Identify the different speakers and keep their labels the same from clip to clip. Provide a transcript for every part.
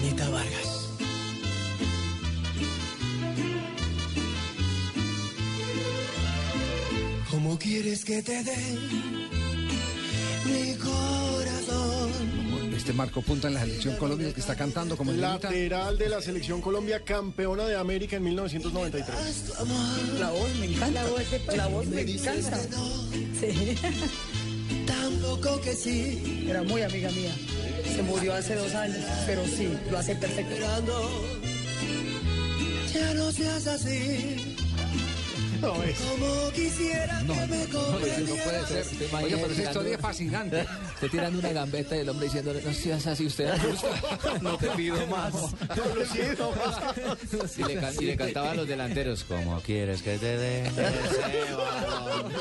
Speaker 1: Lupita Vargas. ¿Cómo quieres que te dé mi corazón?
Speaker 2: Este Marco Punta en la selección Colombia que está cantando como Lupita.
Speaker 3: Lateral de la selección Colombia, campeona de América en 1993.
Speaker 1: Haz tu amor
Speaker 4: La voz me encanta. La voz, me encanta. Sí,
Speaker 1: tan loco que sí,
Speaker 4: era muy amiga mía. Se murió hace dos años, pero sí, lo hace perfecto.
Speaker 1: esperando. Ya no seas así,
Speaker 3: No, es.
Speaker 1: como quisiera que me
Speaker 5: no puede
Speaker 1: comprendieras.
Speaker 5: ser.
Speaker 2: Oye, pero esa historia es fascinante.
Speaker 5: Te tirando una gambeta y el hombre diciéndole, no seas así, usted asusta. No te pido más.
Speaker 3: No, lo siento,
Speaker 5: Y le, can- y le cantaba a los delanteros, como quieres que te dé ese balón?"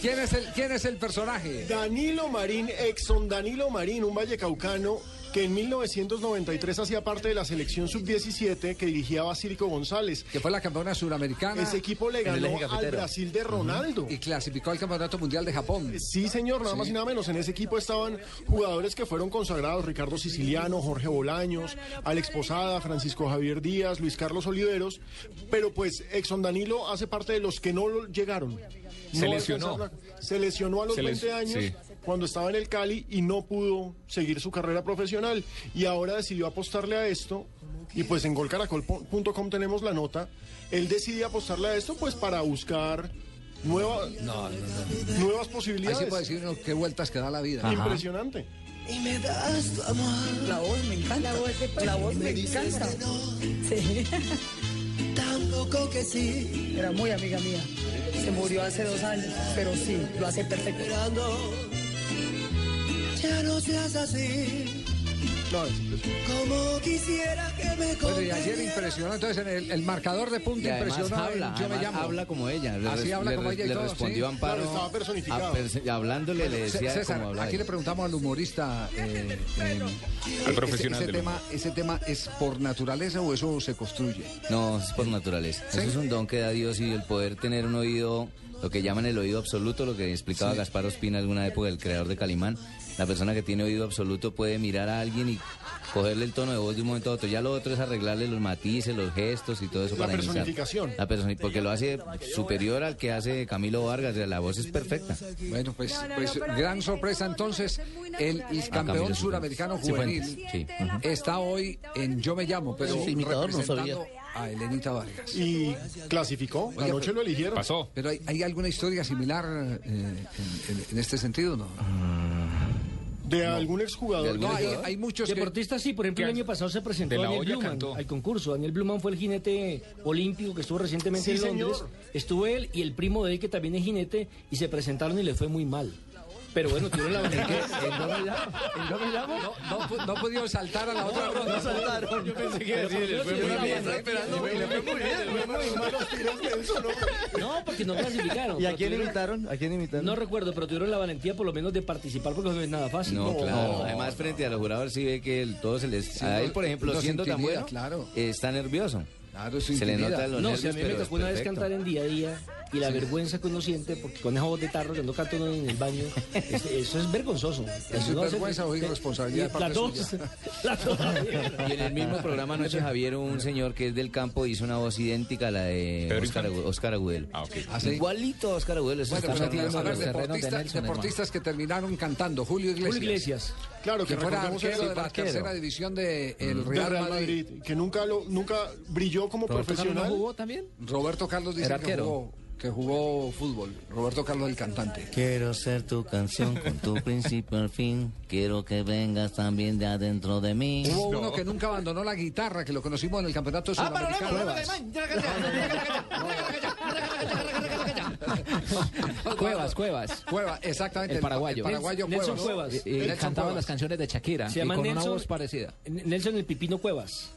Speaker 2: ¿Quién es el, quién es el personaje?
Speaker 3: Danilo Marín, Exxon Danilo Marín, un vallecaucano que en 1993 hacía parte de la selección sub-17 que dirigía Basílico González.
Speaker 2: Que fue la campeona suramericana
Speaker 3: Ese equipo
Speaker 5: Ah.
Speaker 3: le
Speaker 5: En el
Speaker 3: ganó
Speaker 5: eje
Speaker 3: al
Speaker 5: cafetero.
Speaker 3: Brasil de Ronaldo.
Speaker 2: y clasificó al Campeonato Mundial de Japón.
Speaker 3: Sí, señor, nada más y nada menos. En ese equipo estaban jugadores que fueron consagrados, Ricardo Siciliano, Jorge Bolaños, Alex Posada, Francisco Javier Díaz, Luis Carlos Oliveros, pero pues Exxon Danilo hace parte de los que no lo- llegaron.
Speaker 6: Se
Speaker 3: No
Speaker 6: lesionó.
Speaker 3: alcanzaron a- se lesionó a los
Speaker 6: Se les-
Speaker 3: 20 años
Speaker 6: sí.
Speaker 3: cuando estaba en el Cali y no pudo seguir su carrera profesional y ahora decidió apostarle a esto y pues en golcaracol.com tenemos la nota. Él decidió apostarle a esto pues para buscar nueva- nuevas
Speaker 2: Ahí
Speaker 3: posibilidades.
Speaker 2: sí puede decir uno qué vueltas que da la
Speaker 3: Ah.
Speaker 2: vida.
Speaker 3: Impresionante.
Speaker 1: Y me das tu amor
Speaker 4: La voz me encanta. La voz, me encanta. Sí,
Speaker 1: tan loco que sí,
Speaker 4: era muy amiga mía. Se murió hace dos años, pero sí, lo hace perfecto.
Speaker 1: esperando. Ya no seas así,
Speaker 3: No, es impresionante.
Speaker 1: como quisiera que me
Speaker 2: Bueno, y ayer
Speaker 1: comprendieras.
Speaker 2: impresionó, entonces en el, el marcador de
Speaker 5: Y
Speaker 2: punta
Speaker 5: además
Speaker 2: impresionó. a
Speaker 5: habla,
Speaker 2: Yo me
Speaker 5: además
Speaker 2: llamo.
Speaker 5: habla como ella. Le
Speaker 2: Así
Speaker 5: res-
Speaker 2: habla
Speaker 5: le
Speaker 2: como
Speaker 5: res-
Speaker 2: ella y
Speaker 5: le
Speaker 2: todo,
Speaker 5: respondió
Speaker 2: sí.
Speaker 5: Amparo.
Speaker 3: Claro, estaba personificado.
Speaker 5: a perso- y hablándole le
Speaker 2: C-
Speaker 5: decía
Speaker 2: César,
Speaker 5: cómo habla
Speaker 2: aquí
Speaker 5: ella.
Speaker 2: le preguntamos al humorista. eh, eh,
Speaker 6: Al
Speaker 2: ese-
Speaker 6: profesional
Speaker 2: Ese,
Speaker 6: del
Speaker 2: tema, ¿Ese tema es por naturaleza o eso se construye?
Speaker 5: No, es por naturaleza. Eso es un don que da Dios y el poder tener un oído, lo que llaman el oído absoluto, lo que explicaba Gaspar Ospina alguna época, el creador de Calimán. La persona que tiene oído absoluto puede mirar a alguien y cogerle el tono de voz de un momento a otro. Ya lo otro es arreglarle los matices, los gestos y todo eso
Speaker 3: La
Speaker 5: para imitar.
Speaker 3: personificación.
Speaker 5: La personi- porque lo hace superior al que hace Camilo Vargas. La voz es perfecta.
Speaker 2: Bueno, pues,
Speaker 7: No, no, no,
Speaker 2: pues
Speaker 7: pero
Speaker 2: gran
Speaker 7: hay-
Speaker 2: sorpresa
Speaker 7: hay otro que
Speaker 2: entonces.
Speaker 7: es muy
Speaker 2: El
Speaker 7: natural, ¿eh?
Speaker 2: campeón
Speaker 5: Ah, Camilo
Speaker 2: suramericano
Speaker 5: Cifuentes.
Speaker 2: juvenil
Speaker 5: Sí, ujú.
Speaker 2: está hoy en Yo me llamo, pues. pero
Speaker 8: Es imitador, no sabía.
Speaker 2: representando a Elenita Vargas.
Speaker 3: Y clasificó.
Speaker 2: Oye,
Speaker 3: Anoche
Speaker 2: pero-
Speaker 3: lo eligieron.
Speaker 6: Pasó.
Speaker 2: Pero hay, hay alguna historia similar eh, en, en- en este sentido, ¿no?
Speaker 3: De algún exjugador.
Speaker 5: De
Speaker 2: No,
Speaker 5: algún-
Speaker 2: hay, hay muchos que...
Speaker 8: Deportistas sí, por ejemplo, el
Speaker 6: que
Speaker 8: año pasado se presentó
Speaker 6: de la
Speaker 8: Daniel
Speaker 6: olla
Speaker 8: Bluman
Speaker 6: cantó.
Speaker 8: al concurso. Daniel Bluman fue el jinete olímpico que estuvo recientemente
Speaker 3: Sí,
Speaker 8: en Londres.
Speaker 3: señor.
Speaker 8: Estuvo él y el primo de él, que también es jinete, y se presentaron y le fue muy mal. Pero bueno, tuvieron la valentía.
Speaker 2: No, no, pu- no pudieron saltar a la otra ronda.
Speaker 5: Yo pensé que
Speaker 8: le fue muy bien, estaba No, porque no clasificaron.
Speaker 9: ¿Y a
Speaker 8: pero
Speaker 9: quién
Speaker 8: tuvieron-
Speaker 9: imitaron? ¿A quién imitaron?
Speaker 8: No recuerdo, pero tuvieron la valentía por lo menos de participar porque no es nada fácil.
Speaker 5: No, claro. Además, frente a los jugadores sí ve que el- todo se les... a él, por ejemplo,
Speaker 2: los
Speaker 5: siendo tan
Speaker 2: intimida,
Speaker 5: bueno,
Speaker 2: claro.
Speaker 5: eh, está nervioso.
Speaker 2: Claro, eso
Speaker 5: se le
Speaker 2: intimida.
Speaker 5: nota los
Speaker 8: No,
Speaker 5: nervios,
Speaker 8: si a mí me
Speaker 5: pero es
Speaker 8: tocó una vez
Speaker 5: perfecto.
Speaker 8: cantar en día a día y la vergüenza que uno siente, porque con esa voz de tarro que no canto uno ni en el baño, es- eso es vergonzoso.
Speaker 2: es vergüenza o irresponsabilidad de parte
Speaker 8: Las dos,
Speaker 2: suya.
Speaker 8: las dos.
Speaker 5: Y en el mismo programa anoche, Javier, un señor que es del campo, hizo una voz idéntica a la de
Speaker 6: Pedro
Speaker 5: Oscar,
Speaker 6: Infante.
Speaker 5: Agu- Oscar Agudelo.
Speaker 6: Ah, ok.
Speaker 2: Ah, sí.
Speaker 5: Igualito a Oscar Agudelo. eso
Speaker 2: Bueno,
Speaker 5: está
Speaker 2: pero a
Speaker 5: hablando
Speaker 2: ver,
Speaker 5: de los terrenos de
Speaker 2: deportistas,
Speaker 5: Nelson,
Speaker 2: deportistas que terminaron cantando. Julio Iglesias.
Speaker 8: Julio Iglesias.
Speaker 3: Claro, que
Speaker 2: Que fuera
Speaker 3: recordemos
Speaker 2: arquero
Speaker 3: eso,
Speaker 2: de la
Speaker 3: arquero.
Speaker 2: tercera división del de, el
Speaker 3: Del
Speaker 2: Real,
Speaker 3: Real
Speaker 2: Madrid.
Speaker 3: Madrid, que nunca lo, nunca brilló como
Speaker 5: hermano.
Speaker 3: profesional.
Speaker 5: ¿No jugó también?
Speaker 2: Roberto Carlos dice
Speaker 5: Era
Speaker 2: que
Speaker 5: arquero.
Speaker 2: jugó, que jugó fútbol. Roberto Carlos, el cantante.
Speaker 5: Quiero ser tu canción con tu principio al fin. Quiero que vengas también de adentro de mí.
Speaker 2: Hubo uno que nunca abandonó la guitarra, que lo conocimos en el campeonato sudamericano.
Speaker 5: Cuevas, cuevas.
Speaker 2: Cueva, exactamente.
Speaker 5: El paraguayo.
Speaker 2: paraguayo
Speaker 8: Nelson
Speaker 2: Cuevas.
Speaker 8: Cuevas.
Speaker 5: Eh, eh,
Speaker 2: Nelson
Speaker 5: cantaba
Speaker 2: Cuevas.
Speaker 5: las canciones de Shakira
Speaker 8: Se
Speaker 5: y
Speaker 8: llama
Speaker 5: con una
Speaker 8: Nelson-
Speaker 5: voz parecida.
Speaker 8: N- Nelson el Pipino Cuevas.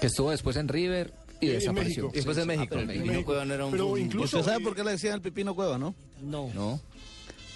Speaker 5: Que estuvo después en River y
Speaker 3: Y en
Speaker 5: desapareció.
Speaker 3: México.
Speaker 5: Después en México.
Speaker 3: México. Eh, Pero incluso
Speaker 9: ¿Usted sabe por qué le decían el Pipino Cueva, no?
Speaker 8: No.
Speaker 5: No.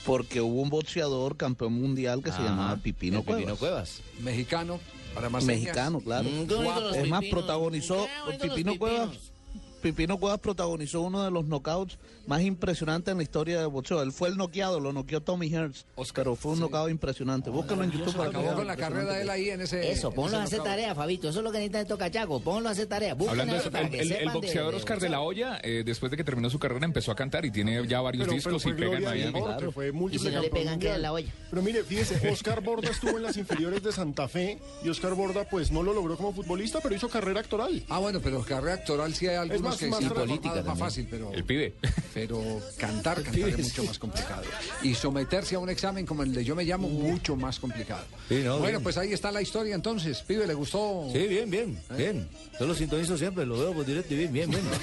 Speaker 9: Porque hubo un boxeador campeón mundial que se
Speaker 5: Ah,
Speaker 9: llamaba
Speaker 5: el
Speaker 9: Pipino Cueva.
Speaker 5: Pipino Cuevas.
Speaker 2: Mexicano, para más señas.
Speaker 9: Mexicano, claro.
Speaker 5: Mm, qué bonito
Speaker 9: Guapo.
Speaker 5: los
Speaker 9: Es más,
Speaker 5: pipinos.
Speaker 9: protagonizó
Speaker 5: Qué bonitos
Speaker 9: Pipino
Speaker 5: los
Speaker 9: Cueva.
Speaker 5: pipinos.
Speaker 7: Mm.
Speaker 9: Pipino Cuevas protagonizó uno de los knockouts más impresionantes en la historia del boxeo. Él fue el noqueado, lo noqueó Tommy Hearns, pero fue un knockout impresionante.
Speaker 7: Oh,
Speaker 9: Búscalo en YouTube. para que
Speaker 2: Acabó
Speaker 9: vean
Speaker 2: con
Speaker 9: lo
Speaker 2: la carrera de él ahí en ese.
Speaker 6: Eso,
Speaker 2: en
Speaker 6: ponlo
Speaker 2: ese
Speaker 6: a hacer
Speaker 2: knockout.
Speaker 6: tarea, Fabito. Eso es lo que necesitan estos cachacos. Ponlo a hacer tarea. Busquen
Speaker 7: Hablando de
Speaker 6: algo
Speaker 7: eso,
Speaker 6: para
Speaker 7: el,
Speaker 6: que
Speaker 7: el- el
Speaker 6: sepan de-
Speaker 7: boxeador
Speaker 6: de
Speaker 7: Oscar de la Hoya, eh, después de que terminó su carrera, empezó a cantar y tiene ya varios
Speaker 3: Pero- pero
Speaker 7: discos
Speaker 3: fue
Speaker 7: y pega en
Speaker 3: gloria del
Speaker 7: Miami.
Speaker 3: deporte,
Speaker 6: Claro.
Speaker 3: fue múltiple
Speaker 6: Y si no le
Speaker 3: campeón
Speaker 6: pegan, queda en la
Speaker 3: mundial.
Speaker 6: olla.
Speaker 3: Pero mire, fíjese, Oscar Borda estuvo en las inferiores de Santa Fe y Oscar Borda pues no lo logró como futbolista, pero hizo carrera actoral.
Speaker 2: Ah, bueno, pero carrera actoral sí hay algunos
Speaker 3: más-
Speaker 2: que
Speaker 3: más
Speaker 2: sí,
Speaker 3: reformada,
Speaker 2: política es más
Speaker 5: también.
Speaker 2: fácil, pero.
Speaker 7: El pibe.
Speaker 2: Pero cantar, cantar es mucho más complicado. Y someterse a un examen como el de yo me llamo, mucho más complicado.
Speaker 10: Sí, no,
Speaker 2: bueno,
Speaker 10: bien.
Speaker 2: pues ahí está la historia entonces. Pibe, ¿le gustó?
Speaker 10: Sí, bien, bien, bien. Yo lo sintonizo siempre, lo veo por directo y bien, bien, bien.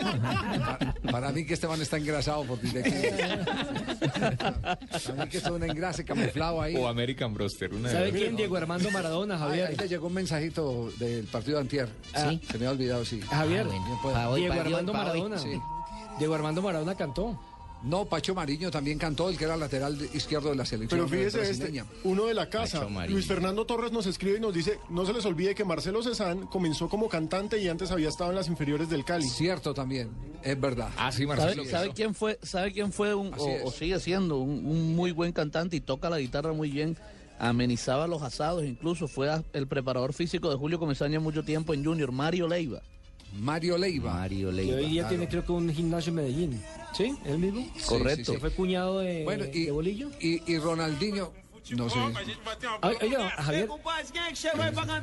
Speaker 2: Para, para mí que Esteban está engrasado por directo. Para mí que esto es un engrase camuflado ahí.
Speaker 7: O American Broster. Una de
Speaker 8: ¿Sabe
Speaker 7: las-
Speaker 8: quién? Diego Armando
Speaker 5: Ah,
Speaker 8: Maradona,
Speaker 2: Ay, ahí
Speaker 8: Javier.
Speaker 2: te llegó un mensajito del partido de antier.
Speaker 6: Sí.
Speaker 2: Se me ha olvidado, sí.
Speaker 8: Javier,
Speaker 2: Bien, pues.
Speaker 6: Pa' hoy,
Speaker 8: Diego
Speaker 6: pa' hoy,
Speaker 8: Armando
Speaker 6: pa' hoy.
Speaker 8: Maradona.
Speaker 2: Sí.
Speaker 8: Diego Armando Maradona cantó.
Speaker 2: No, Pacho Mariño también cantó, el que era lateral de- izquierdo de la selección
Speaker 3: Pero fíjese este,
Speaker 2: brasileña.
Speaker 3: uno de la casa,
Speaker 5: Nacho Marín.
Speaker 3: Luis Fernando Torres nos escribe y nos dice, no se les olvide que Marcelo Cezán comenzó como cantante y antes había estado en las inferiores del Cali.
Speaker 2: Cierto también, es verdad.
Speaker 7: Ah, sí, Marcelo.
Speaker 9: ¿Sabe, sabe quién fue, sabe quién fue un-
Speaker 2: Así es.
Speaker 9: o, o sigue siendo un, un muy buen cantante y toca la guitarra muy bien? Amenizaba los asados, incluso fue a- el preparador físico de Julio Comesaña mucho tiempo en Junior, Mario Leiva.
Speaker 2: Mario Leiva.
Speaker 5: Mario
Speaker 8: Que hoy
Speaker 5: Leiva.
Speaker 8: día tiene creo que un gimnasio en Medellín. ¿Sí? ¿El mismo?
Speaker 2: Sí,
Speaker 9: Correcto.
Speaker 8: ¿Que fue cuñado de,
Speaker 2: Bueno, y,
Speaker 8: Eh, de Bolillo?
Speaker 2: y, y Ronaldinho, no sé.
Speaker 8: Ay, Oiga, Javier,
Speaker 2: Ronaldinho.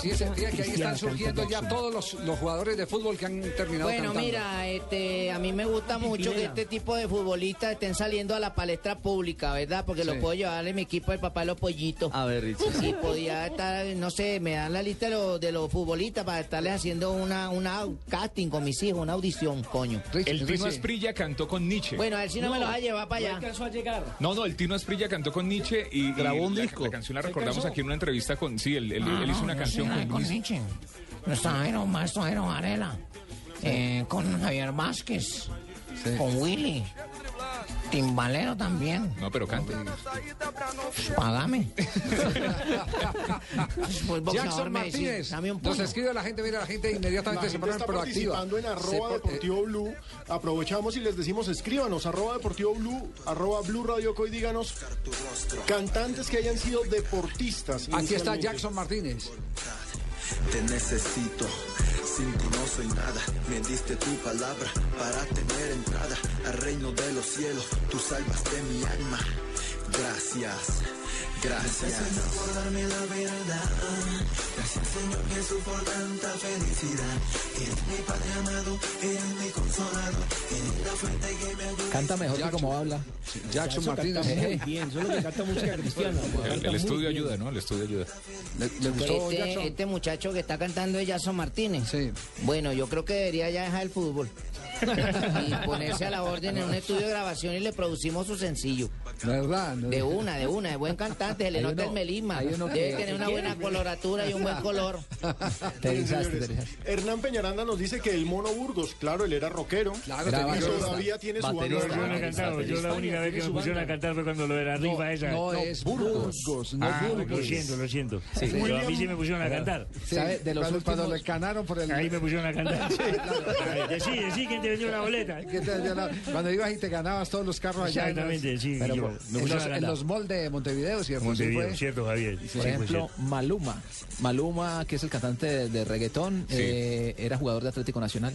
Speaker 2: Sí, ese día que ahí están surgiendo ya todos los, los jugadores de fútbol que han terminado
Speaker 6: Bueno,
Speaker 2: cantando.
Speaker 6: mira, este, a mí me gusta mucho que este tipo de futbolistas estén saliendo a la palestra pública, ¿verdad? Porque
Speaker 2: Sí.
Speaker 6: lo puedo llevar en mi equipo el papá de los pollitos.
Speaker 9: A ver, Richie.
Speaker 6: Y podía estar, no sé, me dan la lista de, los- de los futbolistas para estarles haciendo una, una casting con mis hijos, una audición, coño.
Speaker 2: Richie,
Speaker 7: El Tino
Speaker 2: Richie.
Speaker 7: Asprilla cantó con Nietzsche.
Speaker 6: Bueno, a ver si no, me los va a llevar para allá.
Speaker 8: alcanzó a llegar.
Speaker 7: No, no, el Tino Asprilla cantó con Nietzsche y, y
Speaker 9: Grabó un
Speaker 7: la,
Speaker 9: disco.
Speaker 7: la canción la recordamos aquí en una entrevista con... Sí, él, él-
Speaker 11: Ah,
Speaker 7: él hizo una canción con Luis.
Speaker 11: Nietzsche. Nuestro Jairo, maestro Jairo Varela. eh, con Javier Vázquez.
Speaker 2: Sí.
Speaker 11: Con Willy. Timbalero también.
Speaker 7: No, pero canta.
Speaker 11: Pagame. Pues,
Speaker 6: Fue el boxeador
Speaker 2: Jackson
Speaker 6: me decía,
Speaker 2: Martínez.
Speaker 6: dame un
Speaker 2: Nos
Speaker 6: puño.
Speaker 2: escribe la gente, mira, la gente
Speaker 3: La
Speaker 2: inmediatamente se
Speaker 3: gente
Speaker 2: pone
Speaker 3: está
Speaker 2: proactiva.
Speaker 3: participando en
Speaker 2: Se eh,
Speaker 3: arroba
Speaker 2: pon-
Speaker 3: deportivo blue. Aprovechamos y les decimos escríbanos arroba deportivo blue, arroba blue radio co y díganos cantantes que hayan sido deportistas.
Speaker 2: eh, aquí está
Speaker 3: inicialmente.
Speaker 2: Jackson Martínez.
Speaker 1: Te necesito, sin ti no soy nada. Me diste tu palabra para tener entrada al reino de los cielos. Tú salvaste mi alma. Gracias, gracias. Gracias por darme la verdad. Gracias Señor Jesús por tanta felicidad. Eres mi Padre amado, eres mi consolador. Eres la fuente que me ayuda.
Speaker 10: Canta mejor que como habla.
Speaker 2: Jackson Martínez.
Speaker 8: Muy bien, solo que canta música cristiana.
Speaker 7: El,
Speaker 8: Canta
Speaker 7: el
Speaker 8: muy
Speaker 7: estudio
Speaker 8: bien.
Speaker 7: ayuda, ¿no? El estudio ayuda.
Speaker 2: ¿Le, le gustó Jackson?
Speaker 6: Este, este muchacho que está cantando es Jason Martínez.
Speaker 2: Sí.
Speaker 6: Bueno, yo creo que debería ya dejar el fútbol. y ponerse a la orden en un estudio de grabación y le producimos su sencillo.
Speaker 2: ¿Verdad?
Speaker 6: De una, de una, de buen cantante, se le
Speaker 10: Hay
Speaker 6: nota
Speaker 10: uno-
Speaker 6: el melisma.
Speaker 10: hay uno
Speaker 6: Debe
Speaker 10: que-
Speaker 6: tener una buena coloratura y un buen color.
Speaker 10: Te
Speaker 3: Miren,
Speaker 10: erizaste, te
Speaker 3: señores,
Speaker 10: erizaste.
Speaker 3: Hernán Peñaranda nos hizo. Hernán Peñaranda nos dice que el Mono Burgos, claro, él era rockero.
Speaker 2: Claro,
Speaker 10: Era
Speaker 2: tenía-
Speaker 3: pero
Speaker 10: baterista.
Speaker 3: todavía tiene su banda.
Speaker 10: Baterista.
Speaker 3: de rock.
Speaker 8: yo la única vez que me pusieron a
Speaker 11: cantar fue cuando lo era
Speaker 2: No, no es Burgos,
Speaker 11: Ah,
Speaker 2: no Burgos.
Speaker 11: lo siento.
Speaker 3: Pero a mí sí
Speaker 11: me pusieron a cantar.
Speaker 2: Sí,
Speaker 10: ¿Sabe? De los
Speaker 2: cuando,
Speaker 10: últimos-
Speaker 2: cuando le canaron por el...
Speaker 11: me pusieron a cantar. Decí, decí que te vendió la boleta.
Speaker 2: que te- de la- cuando ibas y te ganabas todos los carros allá en los-
Speaker 11: Exactamente, sí,
Speaker 2: pero
Speaker 11: yo
Speaker 2: por-
Speaker 11: me
Speaker 2: en,
Speaker 11: pusieron
Speaker 2: los,
Speaker 11: a
Speaker 2: en
Speaker 11: ganar.
Speaker 2: los malls de Montevideo, ¿cierto?
Speaker 11: Montevideo,
Speaker 2: Sí, fue.
Speaker 11: cierto, Javier. Sí,
Speaker 10: Por
Speaker 11: fue
Speaker 10: ejemplo,
Speaker 11: cierto.
Speaker 10: Maluma. Maluma, que es el cantante de, de reggaetón, eh, era jugador de Atlético Nacional.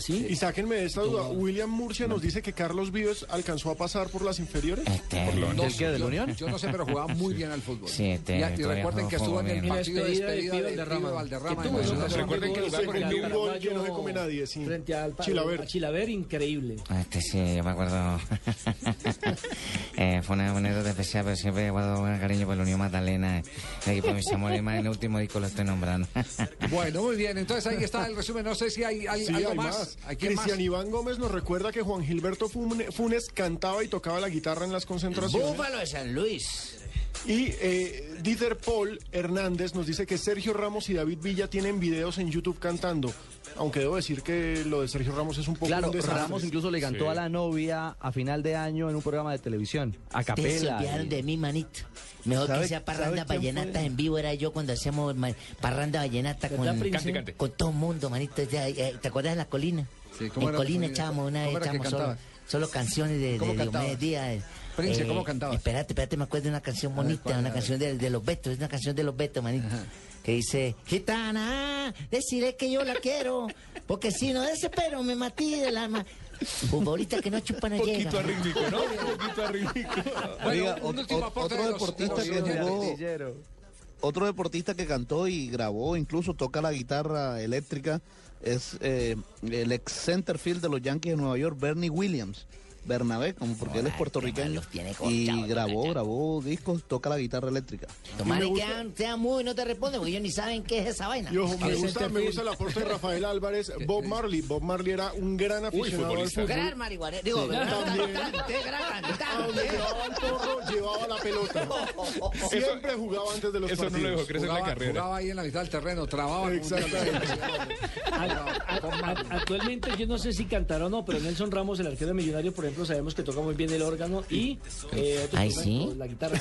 Speaker 7: ¿Sí?
Speaker 3: Y sáquenme de esta duda. William Murcia nos dice que Carlos Vives alcanzó a pasar por las inferiores.
Speaker 2: No,
Speaker 10: ¿El qué, del
Speaker 2: yo,
Speaker 10: Unión?
Speaker 2: Yo no sé, pero jugaba muy bien al fútbol.
Speaker 11: Sí, este,
Speaker 2: y, y
Speaker 11: todavía
Speaker 2: recuerden
Speaker 11: jugó-
Speaker 2: que
Speaker 11: jugó
Speaker 2: estuvo en el
Speaker 11: bien.
Speaker 2: partido de
Speaker 8: Y la despedida
Speaker 2: despedida
Speaker 8: del
Speaker 2: del
Speaker 8: Valderrama.
Speaker 2: Pibe Valderrama.
Speaker 8: Que tuvo
Speaker 2: en
Speaker 8: dos
Speaker 2: Venezuela.
Speaker 8: campeones.
Speaker 7: Recuerden que
Speaker 8: Gol
Speaker 7: jugar con
Speaker 8: frente
Speaker 7: el
Speaker 8: al
Speaker 3: gol que no se come
Speaker 8: paraguayo,
Speaker 3: nadie, sí.
Speaker 8: Frente al pa-
Speaker 3: Chilaver.
Speaker 8: a Chilaver, increíble.
Speaker 11: Este sí, yo me acuerdo. Eh, fue una manera de especial, pero siempre he guardado buen cariño por la Unión Magdalena. eh, El equipo de mis amores, más en el último disco lo estoy nombrando.
Speaker 2: Bueno, muy bien. Entonces ahí está el resumen. No sé si hay hay
Speaker 3: Sí,
Speaker 2: algo
Speaker 3: hay
Speaker 2: más.
Speaker 3: más.
Speaker 2: ¿Hay quién
Speaker 3: Cristian
Speaker 2: más?
Speaker 3: Iván Gómez nos recuerda que Juan Gilberto Fune- Funes cantaba y tocaba la guitarra en las concentraciones.
Speaker 6: Búfalo de San Luis.
Speaker 3: Y eh, Dieter Paul Hernández nos dice que Sergio Ramos y David Villa tienen videos en YouTube cantando. Aunque debo decir que lo de Sergio Ramos es un poco
Speaker 12: Claro,
Speaker 3: un desastre.
Speaker 12: Ramos incluso le cantó a la novia a final de año en un programa de televisión, a
Speaker 6: Ustedes se
Speaker 12: capela.
Speaker 6: olvidaron de mí, manito. Mejor que
Speaker 12: ¿Sabe-
Speaker 6: sea parranda
Speaker 12: sabe quién fue?
Speaker 6: vallenata en vivo era yo cuando hacíamos ma- parranda vallenata
Speaker 12: ¿Verdad,
Speaker 6: con,
Speaker 12: Prince? Cante, cante.
Speaker 6: con todo el mundo, manito. Ya, eh, ¿Te acuerdas de la colina?
Speaker 2: Sí, ¿cómo
Speaker 6: en
Speaker 2: era la
Speaker 6: colina
Speaker 2: colina?
Speaker 6: echábamos una vez,
Speaker 2: ¿Cómo era que
Speaker 6: echábamos solo,
Speaker 2: cantabas?
Speaker 6: solo canciones de,
Speaker 2: ¿Cómo
Speaker 6: de
Speaker 2: cantabas?
Speaker 6: Diomedes Díaz. eh,
Speaker 2: Prince, ¿cómo cantabas?
Speaker 6: Espérate, espérate, me acuerdo de una canción
Speaker 2: ver,
Speaker 6: bonita,
Speaker 2: ¿cuál? A
Speaker 6: una
Speaker 2: ver.
Speaker 6: canción de, de los Betos, es una canción de los Betos, manito. Que dice, gitana, decirle que yo la quiero, porque si no desespero me matí del alma. Futbolista que no chupan ayer.
Speaker 7: Poquito arrítmico, ¿no? Un poquito arrítmico.
Speaker 9: Oiga,
Speaker 2: un
Speaker 9: ot-
Speaker 2: último
Speaker 9: ot-
Speaker 2: aporte
Speaker 9: otro
Speaker 2: de los-
Speaker 9: deportista
Speaker 2: de los
Speaker 9: que jugó-
Speaker 2: oyentes.
Speaker 9: otro deportista que cantó y grabó, incluso toca la guitarra eléctrica, es eh, el ex centerfield de los Yankees de Nueva York, Bernie Williams. Bernabé, como porque él es puertorriqueño y grabó, grabó discos, toca la guitarra eléctrica.
Speaker 6: Tomás, y quedan, quedan mudo y no te responden porque ellos ni saben qué es esa vaina.
Speaker 3: Y ojo, me gusta, me gusta el aporte de Rafael Álvarez, Bob Marley. Bob Marley era un gran aficionado al
Speaker 7: futbolista.
Speaker 3: fútbol.
Speaker 6: Gran marihuana. Digo,
Speaker 3: Sí.
Speaker 6: gran
Speaker 3: También.
Speaker 6: cantante, gran
Speaker 3: A donde
Speaker 6: cantante.
Speaker 3: llevaba el porro, llevaba la pelota. Siempre jugaba antes de los
Speaker 7: eso no
Speaker 3: partidos.
Speaker 7: lo dejó crecer
Speaker 2: jugaba,
Speaker 7: la carrera.
Speaker 2: jugaba ahí en la mitad del terreno, trababa. con un
Speaker 3: Exactamente.
Speaker 8: Ah, A- Actualmente yo no sé si cantará o no, pero Nelson Ramos, el arquero de Millonario, por ejemplo, sabemos que toca muy bien el órgano y eh, otro
Speaker 6: Ay,
Speaker 8: instrumento,
Speaker 6: ¿sí?
Speaker 8: la guitarra.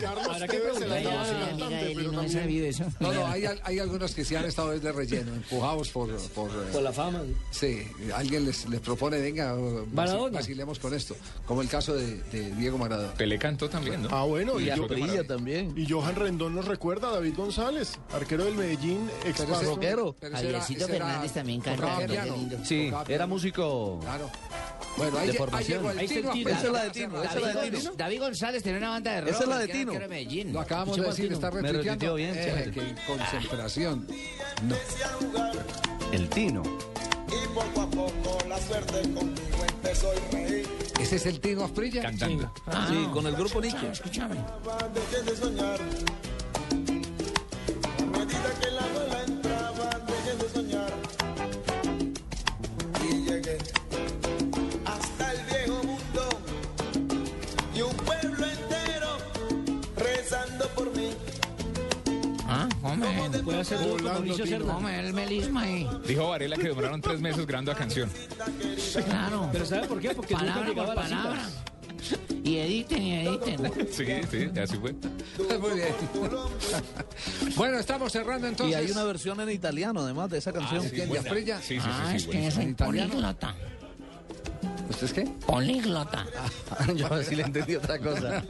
Speaker 3: Carlos
Speaker 8: Habrá que
Speaker 3: Tevez, el
Speaker 8: preguntarle a
Speaker 3: andaba
Speaker 8: la amiga
Speaker 3: cantante,
Speaker 8: Eli,
Speaker 3: pero
Speaker 8: no
Speaker 3: también-
Speaker 8: sabido eso.
Speaker 2: No, no, hay, al- hay algunos que sí han estado desde relleno, empujados por... Por, eh,
Speaker 8: Por la fama.
Speaker 2: Sí, alguien les, les propone, venga, eh,
Speaker 8: Maradona.
Speaker 2: vacilemos con esto, como el caso de, de Diego Maradona.
Speaker 7: Pelé cantó también, ¿no?
Speaker 3: Ah, bueno, y,
Speaker 7: Y
Speaker 3: yo-
Speaker 7: Alfredo Maravilla
Speaker 9: también.
Speaker 3: Y Johan Rendón nos recuerda a David González, arquero del Medellín, ex
Speaker 2: Pero ese-
Speaker 3: rockero.
Speaker 2: pero ese era-
Speaker 6: Javiercito
Speaker 2: ese era-
Speaker 6: Fernández también
Speaker 2: tocaba
Speaker 6: canta. pero
Speaker 2: piano.
Speaker 6: qué lindo.
Speaker 12: Sí,
Speaker 2: Tocaba piano.
Speaker 12: era músico.
Speaker 2: Claro. Bueno, ahí,
Speaker 12: De
Speaker 2: lle- ahí
Speaker 12: formación.
Speaker 2: llegó el
Speaker 12: Ahí está el
Speaker 2: Tino.
Speaker 12: Tino.
Speaker 2: Apple.
Speaker 12: Esa es la de Tino, esa es la de
Speaker 6: David,
Speaker 12: Tino.
Speaker 6: Gon- David González tenía una banda de rock.
Speaker 12: Esa es la de
Speaker 6: que era-
Speaker 12: Tino.
Speaker 6: que era de Medellín.
Speaker 2: Lo acabamos de
Speaker 12: Escuchemos
Speaker 2: decir,
Speaker 12: al
Speaker 2: está
Speaker 12: Tino. Me
Speaker 2: retuiteando.
Speaker 12: retuiteó bien,
Speaker 2: Eh,
Speaker 12: chévere.
Speaker 2: qué concentración. No.
Speaker 12: El Tino.
Speaker 1: Y poco a poco la suerte conmigo empezó a reír.
Speaker 2: Ese es el Tino Asprilla.
Speaker 7: Cantando.
Speaker 9: Sí, con el grupo Nietzsche.
Speaker 1: Dejé de soñar. A medida que la ola entraba, dejé de soñar. Y llegué hasta el viejo mundo. Y un pueblo entero rezando por mí.
Speaker 12: Ah, hombre.
Speaker 8: Puede hacer dúo con Mauricio Serna.
Speaker 12: Hombre, el melisma ahí.
Speaker 7: Dijo Varela que demoraron tres meses grabando la canción.
Speaker 12: Claro.
Speaker 8: Pero ¿sabe por qué? Porque nunca
Speaker 12: Palabra
Speaker 8: llegaba
Speaker 12: por
Speaker 8: a las
Speaker 12: palabra.
Speaker 8: citas.
Speaker 12: Y editen y editen.
Speaker 7: Sí, sí, así fue.
Speaker 2: Muy bien. bueno, estamos cerrando
Speaker 9: Y
Speaker 2: entonces.
Speaker 9: hay una versión en italiano además de esa canción.
Speaker 2: ¿Quién,
Speaker 7: buena.
Speaker 2: Asprilla?
Speaker 7: Sí, sí, sí,
Speaker 12: Ah,
Speaker 7: sí,
Speaker 12: es que
Speaker 7: buenísimo.
Speaker 12: es
Speaker 2: ¿En
Speaker 12: un
Speaker 2: italiano?
Speaker 12: políglota.
Speaker 2: ¿Usted es qué?
Speaker 12: Políglota.
Speaker 9: Yo sí le entendí otra cosa.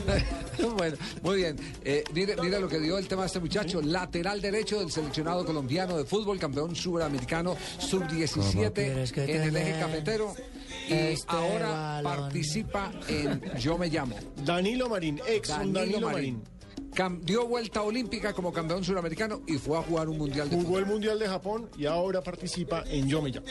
Speaker 2: bueno, muy bien. Eh, mire, mire lo que dio el tema de este muchacho. Lateral derecho del seleccionado colombiano de fútbol, campeón sudamericano
Speaker 12: ¿Cómo
Speaker 2: sub-17
Speaker 12: quieres que
Speaker 2: en
Speaker 12: te
Speaker 2: el eje
Speaker 12: den
Speaker 2: cafetero. Y
Speaker 12: este
Speaker 2: ahora
Speaker 12: balón?
Speaker 2: participa en Yo me llamo.
Speaker 3: Danilo Marín, ex un Danilo, Marín.
Speaker 2: Cam- dio vuelta olímpica como campeón suramericano y fue a jugar un mundial de fútbol.
Speaker 3: Jugó el Mundial de Japón y ahora participa en Yo Me Llamo.